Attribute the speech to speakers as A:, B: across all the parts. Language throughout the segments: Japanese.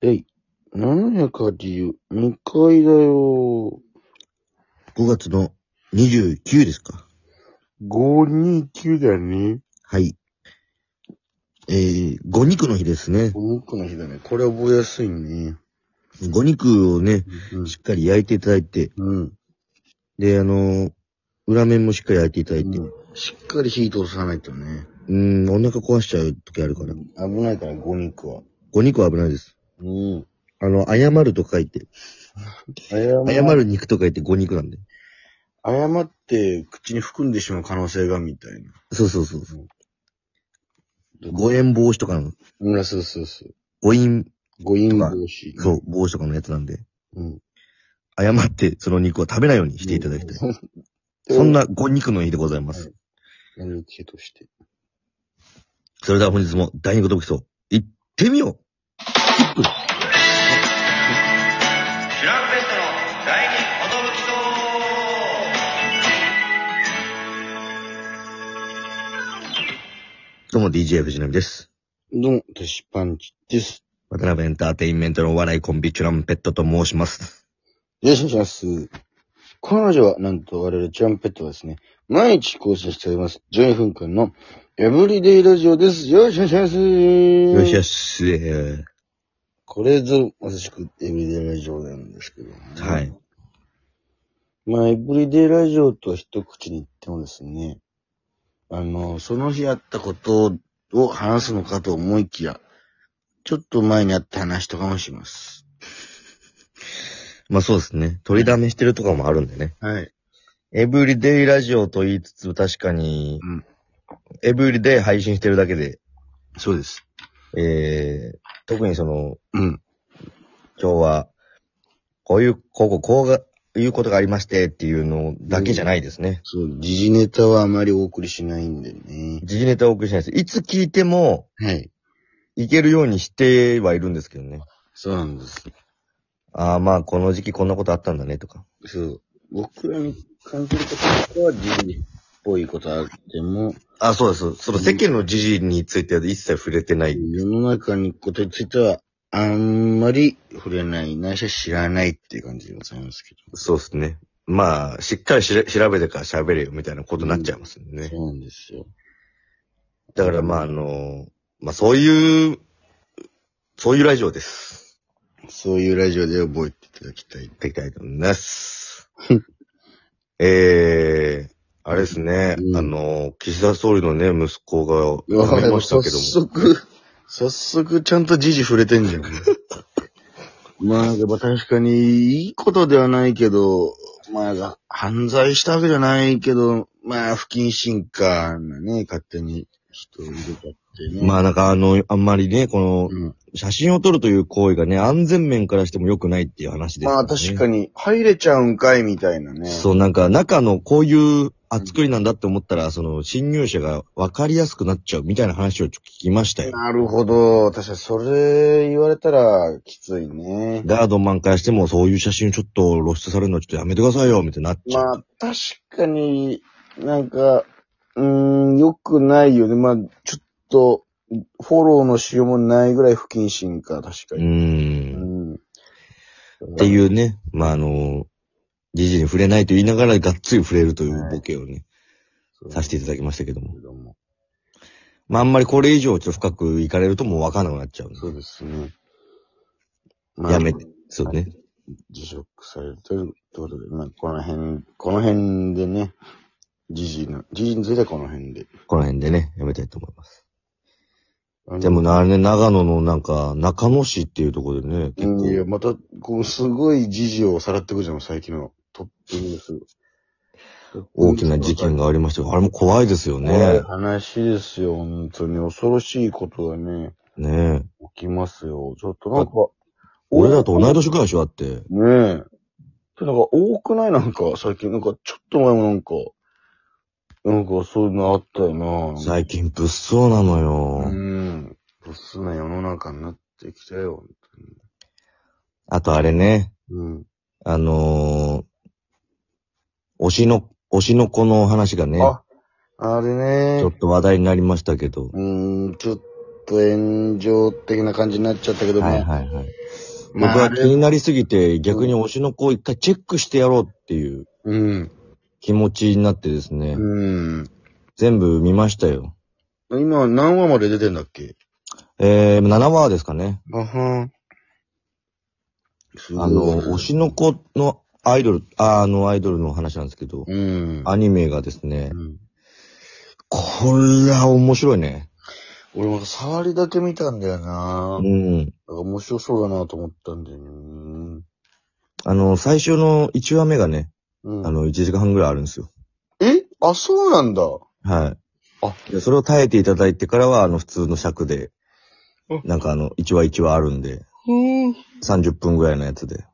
A: 第782回だよ。
B: 5月の29ですか。
A: 529だね。
B: はい。えー、五肉の日ですね。
A: お肉の日だね。これ覚えやすいね。
B: 五肉をね、しっかり焼いていただいて、
A: うん。
B: で、あのー裏面もしっかり焼いていただいて、
A: しっかり火通さないとね。
B: うん、ん、お腹壊しちゃう時あるから。
A: 危ないから、5肉は。
B: 五肉は危ないです。
A: うん。
B: あの、謝ると書いて、
A: 謝
B: 謝る肉と書いて五肉なんで。
A: 謝って口に含んでしまう可能性がみたいな。
B: そうそうそうそう。誤縁防止とかの、
A: うん、そうそうそう。
B: 誤飲、
A: 誤飲防止。
B: そう、防止とかのやつなんで、
A: うん。
B: 謝ってその肉は食べないようにしていただきたい。そん。な五肉の日でございます。
A: NHK として。
B: それでは本日も第二言武器層、行ってみよう
C: シュランペストの第二きそう
B: どうも DJ 藤波です。
A: どうも、トシパンチです。
B: 渡辺エンターテインメントのお笑いコンビチュランペットと申します。
A: よろしくお願いします。彼女は、なんと我々チュランペットはですね、毎日更新しております、12分間のエブリデイラジオです。よろしくお願いします。よ
B: よしよし、え
A: これぞ、まさしくエブリデイラジオなんですけど、ね。
B: ー、はい。。
A: まあ、エブリデイラジオと一口に言ってもですね、あの、その日あったことを話すのかと思いきや、ちょっと前にあった話とかもします。
B: まあそうですね。取りだめしてるとかもあるんでね。
A: はい。
B: エブリデイラジオと言いつつ確かに、
A: うん
B: エブリデイ配信してるだけで、
A: そうです。
B: えー、特にその、
A: うん。
B: 今日は、こういう、こうこうが、いうことがありましてっていうのだけじゃないですね。
A: そう、時事ネタはあまりお送りしないんでね。
B: 時事ネタをお送りしないです。いつ聞いても、
A: はい。
B: いけるようにしてはいるんですけどね。
A: そうなんです。
B: ああ、まあ、この時期こんなことあったんだね、とか。
A: そう。僕らに感じることは時事っぽいことあっても、
B: あそうです。その世間の時事については一切触れてない。
A: 世の中にことについては、あんまり触れない、ないしは知らないっていう感じでございますけ
B: そうですね。まあ、しっかりしら調べてから喋れよ、みたいなことになっちゃいますよ
A: ど。
B: ね。
A: そうなんですよ。
B: だから、まあ、あの、まあ、そういう、そういうラジオです。
A: そういうラジオで覚えていただきたい。
B: やっていきたいと思 います。えー、あれですね、
A: うん
B: あの、岸田総理のね、息子が辞めました けども。
A: 早速、早速ちゃんと時事触れてん じゃん。まあ、やっぱ確かに、いいことではないけど、まあ、犯罪したわけじゃないけど、まあ、不謹慎か、ね、勝手に人を入れたってね。
B: ま
A: あ、
B: あなんかあの、あんまりね、この、
A: うん。
B: 写真を撮るという行為がね、安全面からしても良くないっていう話です、ね。
A: まあ、確かに、入れちゃうんかい、みたいなね。
B: そう、なんか中のこういう、あ、作りなんだって思ったら、その、侵入者が分かりやすくなっちゃうみたいな話をちょっと聞きましたよ。
A: なるほど。確かに、それ言われたら、きついね。
B: ガードマンからしても、そういう写真ちょっと露出されるのちょっとやめてくださいよ、みたいになっちゃう。
A: まあ、確かに、なんか、うーん、良くないよね。まあ、ちょっと、フォローのしようもないぐらい不謹慎か、確か
B: うー。
A: に。うんん。
B: っ
A: う。
B: ていうね、まあ、あの、時事に触れないと言いながらがっつり触れるというボケをね、させていただきましたけども。
A: も。
B: まあ、あんまりこれ以上ちょっと深くいかれるともうわかんなくなっちゃうね。
A: そうですね。
B: やめて。そうね。
A: 辞職されてるってことで、まあ、この辺、この辺でね、じじの、じじについてはこの辺で。
B: この辺でね、やめたいと思います。
A: あ
B: でもな、あれね、長野のなんか、中野市っていうところでね、結
A: うん、いや、
B: 構、
A: また、こう、すごい時事をさらってくじゃん、最近のトップニュース。
B: 大きな事件がありましたが、あれも怖いですよ
A: ね
B: ね。
A: 話ですよ、本当に。恐ろしいことがね、
B: ねえ。
A: 起きますよ。ちょっとなんか、
B: 俺らと同い年くらいでしょ、だって。
A: ねえ。ちょっとなんか多くないなんか、最近、なんか、ちょっと前もなんか、なんかそういうのあったよな。
B: 最近物騒なの
A: う
B: よ。
A: ん。物騒な世の中になってきたよ、本
B: あとあれね、
A: 当に。うん。
B: あのー、推しの、推しの子の話がね、
A: あ、あれね。
B: ちょっと話題になりましたけど、
A: うーん、ちょっと炎上的な感じになっちゃったけども、
B: はいはいはい。
A: まあ
B: 僕は気になりすぎて、逆に推しの子を一回チェックしてやろうっていう
A: うん。
B: 気持ちになってですね、
A: うん。
B: 全部見ましたよ。
A: 今何話まで出てんだっけ
B: えー、7話ですかね。
A: あはすごい
B: あの、推しの子のアイドル、あーあのアイドルの話なんですけど、
A: うん。
B: アニメがですね
A: う、ん
B: これは面白いね。
A: 俺も触りだけ見たんだよな
B: う。ん。
A: なんか面白そうだなと思ったんだよね。うん
B: あの、最初の1話目がね、
A: うん
B: あの、1時間半ぐらいあるんですよ。
A: えあ、そうなんだ。
B: はい。
A: あ
B: でそれを耐えていただいてからは、あの、普通の尺で
A: うん、
B: なんかあの、1話1話あるんで、30分ぐらいのやつで、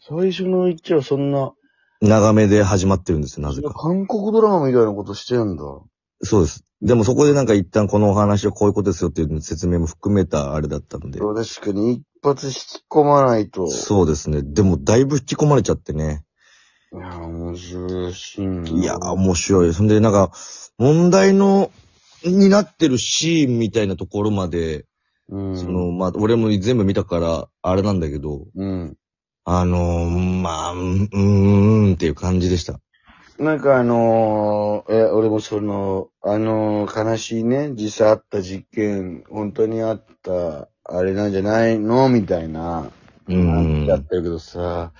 A: 最初の一はそんな、
B: 長めで始まってるんですよ、なぜか。
A: 韓国ドラマみたいなことしてんだ。
B: そうです。でもそこでなんか一旦このお話はこういうことですよっていう説明も含めたあれだったんで。
A: 確かに一発引き込まないと。
B: そうですね。でもだいぶ引き込まれちゃってね。
A: いや、面白いシーン。
B: いやー、面白い。そんでなんか、問題の、になってるシーンみたいなところまで、
A: うん。
B: その、まあ、俺も全部見たから、あれなんだけど、
A: うん。
B: あのー、まあ、うんうーんっていう感じでした。
A: なんかあのー、え、俺もその、あのー悲しいね、実際あった実験、本当にあった、あれなんじゃないのみたいな、
B: う
A: なっ
B: ん
A: ちゃ。ってるけどさ、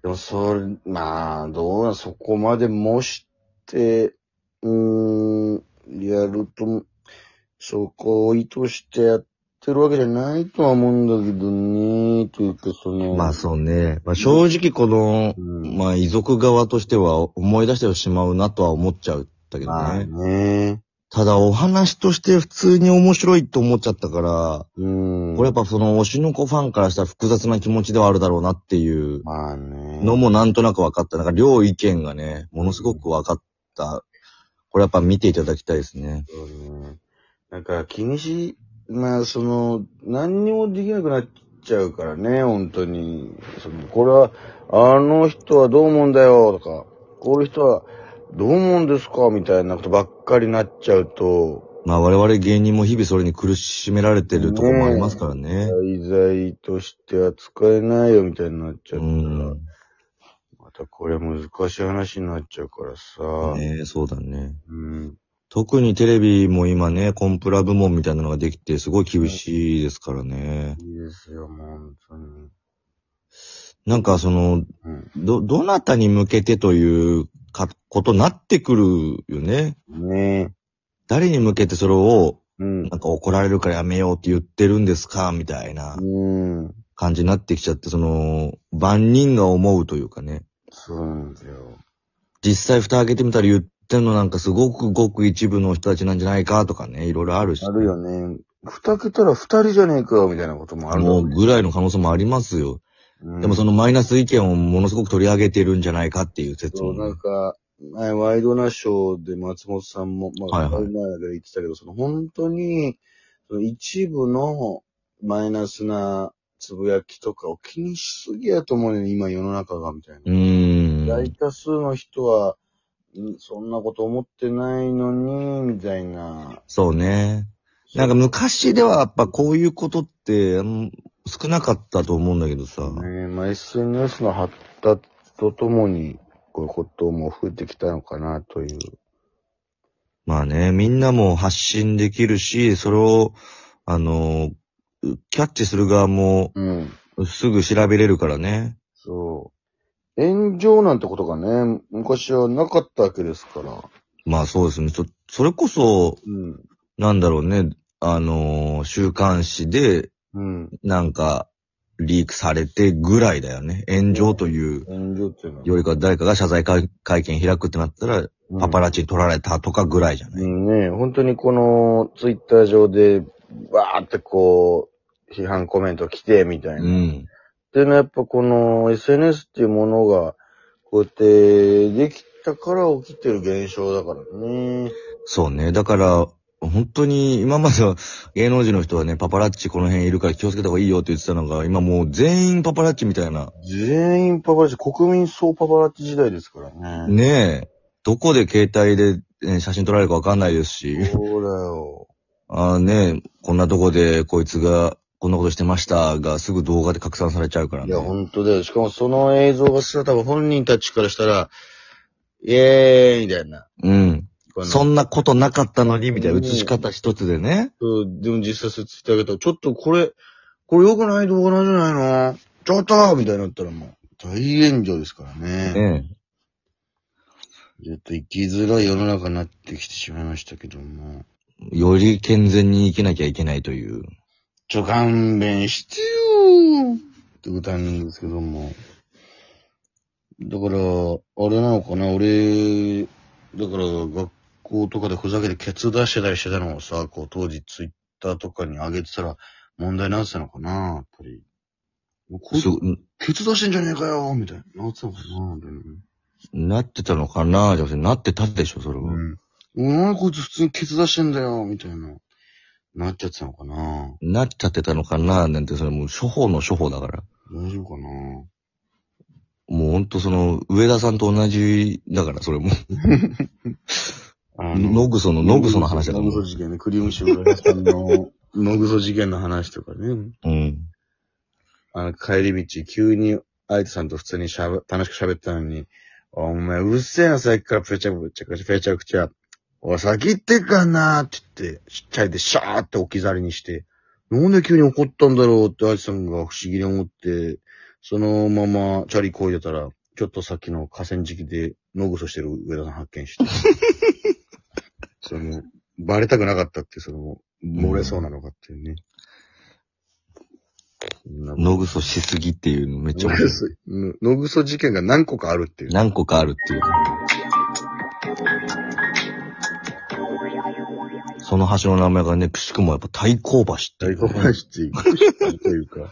A: でもそれ、まあ、どうなん、そこまで模して、うーん、やると、そこを意図してやってるわけじゃないとは思うんだけどね、というか、その、
B: まあそうね。まあ正直この、
A: うん
B: まあ遺族側としては思い出してしまうなとは思っちゃったけど
A: まあ
B: ね。
A: ね、
B: ただお話として普通に面白いと思っちゃったから、
A: うん。
B: これやっぱその推しの子ファンからしたら複雑な気持ちではあるだろうなっていう
A: まあね。
B: のもなんとなく分かった。なんか両意見がね、ものすごく分かった。これやっぱ見ていただきたいですね。
A: そうね。なんか気にし、まあその、何にもできなくなっちゃうからね、本当に。そのこれは、あの人はどう思うんだよ、とか、こういう人はどう思うんですか、みたいなことばっかりになっちゃうと、
B: まあ我々芸人も日々それに苦しめられてるところもありますからね。
A: 題材として扱えないよ、みたいになっちゃう
B: う
A: から、
B: ん。
A: またこれ難しい話になっちゃうからさ、
B: ねそうだね。
A: うん。
B: 特にテレビも今ね、コンプラ部門みたいなのができて、すごい厳しいですからね。
A: いいですよ、もう本当に。
B: なんかそ
A: う
B: の、
A: ん。
B: ど、どなたに向けてというか、ことになってくるよね。
A: ね
B: 誰に向けてそれを、
A: うん。
B: なんか怒られるからやめようって言ってるんですかみたいな
A: うん。
B: 感じになってきちゃって、その、万人が思うというかね。
A: そうなんだよ。
B: 実際蓋開けてみたら言ってんのなんかすごくごく一部の人たちなんじゃないかとかね、いろいろあるし。
A: あるよね。二桁ら二人じゃねえか、みたいなこともあるだろ
B: も
A: う
B: う
A: ね
B: ぐらいの可能性もありますよ。でもそ
A: の、
B: のマイナス意見をものすごく取り上げてるんじゃないかっていう説
A: そう
B: も、
A: なんか、前ワイドナショーで松本さんも、まあ、
B: はいはい
A: ワイドナショーで言ってたけど、その本当に、その一部のマイナスなつぶやきとかを気にしすぎやと思うね、今世の中が、みたいうな。
B: ー
A: 大
B: ん。
A: 多数の人は、んそんなこと思ってないのに、みたいな。
B: そうね。なんか昔ではやっぱこういうことって、うん少なかったと思うんだけどさ。
A: ねまあ、SNS の発達とともに、こういうことも増えてきたのかなという。
B: まあね、みんなも発信できるし、それを、あの、キャッチする側も
A: うん。
B: すぐ調べれるからね。
A: そう。炎上なんてことがね、昔はなかったわけですから。
B: まあそうですね。そ、それこそ、
A: うん。
B: なんだろうね、あの、週刊誌で、
A: うん。
B: なんか、リークされてぐらいだよね。炎上という
A: 炎上っていうのは。
B: よりか誰かが謝罪会会見開くってなったら、
A: うん
B: パパラッチに取られたとかぐらいじゃない、
A: うんね本当にこのツイッター上で、わーってこう、批判コメント来て、みたいな。
B: うん、
A: っていうのはやっぱこの SNS っていうものが、こうやってできたから起きてる現象だからね。
B: そうね。だから、本当に今までは芸能人の人はね、パパラッチこの辺いるから気をつけた方がいいよって言ってたのが、今もう全員パパラッチみたいな。
A: 全員パパラッチ、国民総パパラッチ時代ですからね。
B: ねえ。どこで携帯で、ね写真撮られるかわかんないですし、
A: そうだよ。
B: ああね、こんなとこでこいつがこんなことしてましたが、すぐ動画で拡散されちゃうから
A: い
B: ね
A: や、。本当だよ。しかもその映像が姿は本人たちからしたら、イエーイみたいな。
B: うん。
A: この
B: そんなことなかったのに、みたいな映し方一つでね。
A: うんでも実際それついてあげたら、ちょっとこれ、これ良くない動画なんじゃないのちょっとみたいになったらもう、大炎上ですからね。
B: ね
A: ちょっと生きづらい世の中になってきてしまいましたけども。
B: えより健全に生きなきゃいけないという。
A: ちょ、勘弁してよーって歌うんですけども。だから、あれなのかな俺、だから学校とかでふざけてケツ出してたりしてたのをさ、こう当時ツイッターとかに上げてたら問題になってたのかなやっぱり。こいつ
B: す
A: ケツ出してんじゃねえかよみたいな。なってたのかな本当に
B: なってたのかなじゃなくて、なってたでしょ、それ
A: う
B: は。
A: ん。なんでこいつ普通にケツ出してんだよみたいな。なっちゃってたのかな
B: なっちゃってたのかななんて、それもう処方の処方だから。
A: 大丈夫かな
B: もうほんとその、上田さんと同じ、だから、それも。
A: あ
B: ノグソの、ノグソの話だと
A: ノグソ
B: 思う。
A: 事件ね。クリームシュラさんのノグソ事件の話とかね。
B: うん。
A: あの、帰り道、急に、アイトさんと普通にしゃべ、楽しく喋ったのに、お前うるせえな、さっきからぺちゃくちゃ、ぺちゃくちゃ。おい、先行ってっかなーって言って、ちっちゃいでシャーって置き去りにして、なんで急に怒ったんだろうってアイトさんが不思議に思って、そのままチャリこいでたら、ちょっとさっきの河川敷でノグソしてる上田さん発見して。その、バレたくなかったって、その、漏れそうなのかっていうね。そんな
B: ノグソしすぎっていうのめっちゃ
A: ノ
B: 面白
A: グ
B: い
A: ソ、ノグソ事件が何個かあるっていう。
B: 何個かあるっていう。その橋の名前がね、くしくもやっぱ太閤橋ってい
A: 大
B: う ね、
A: 根話っていうか、というか。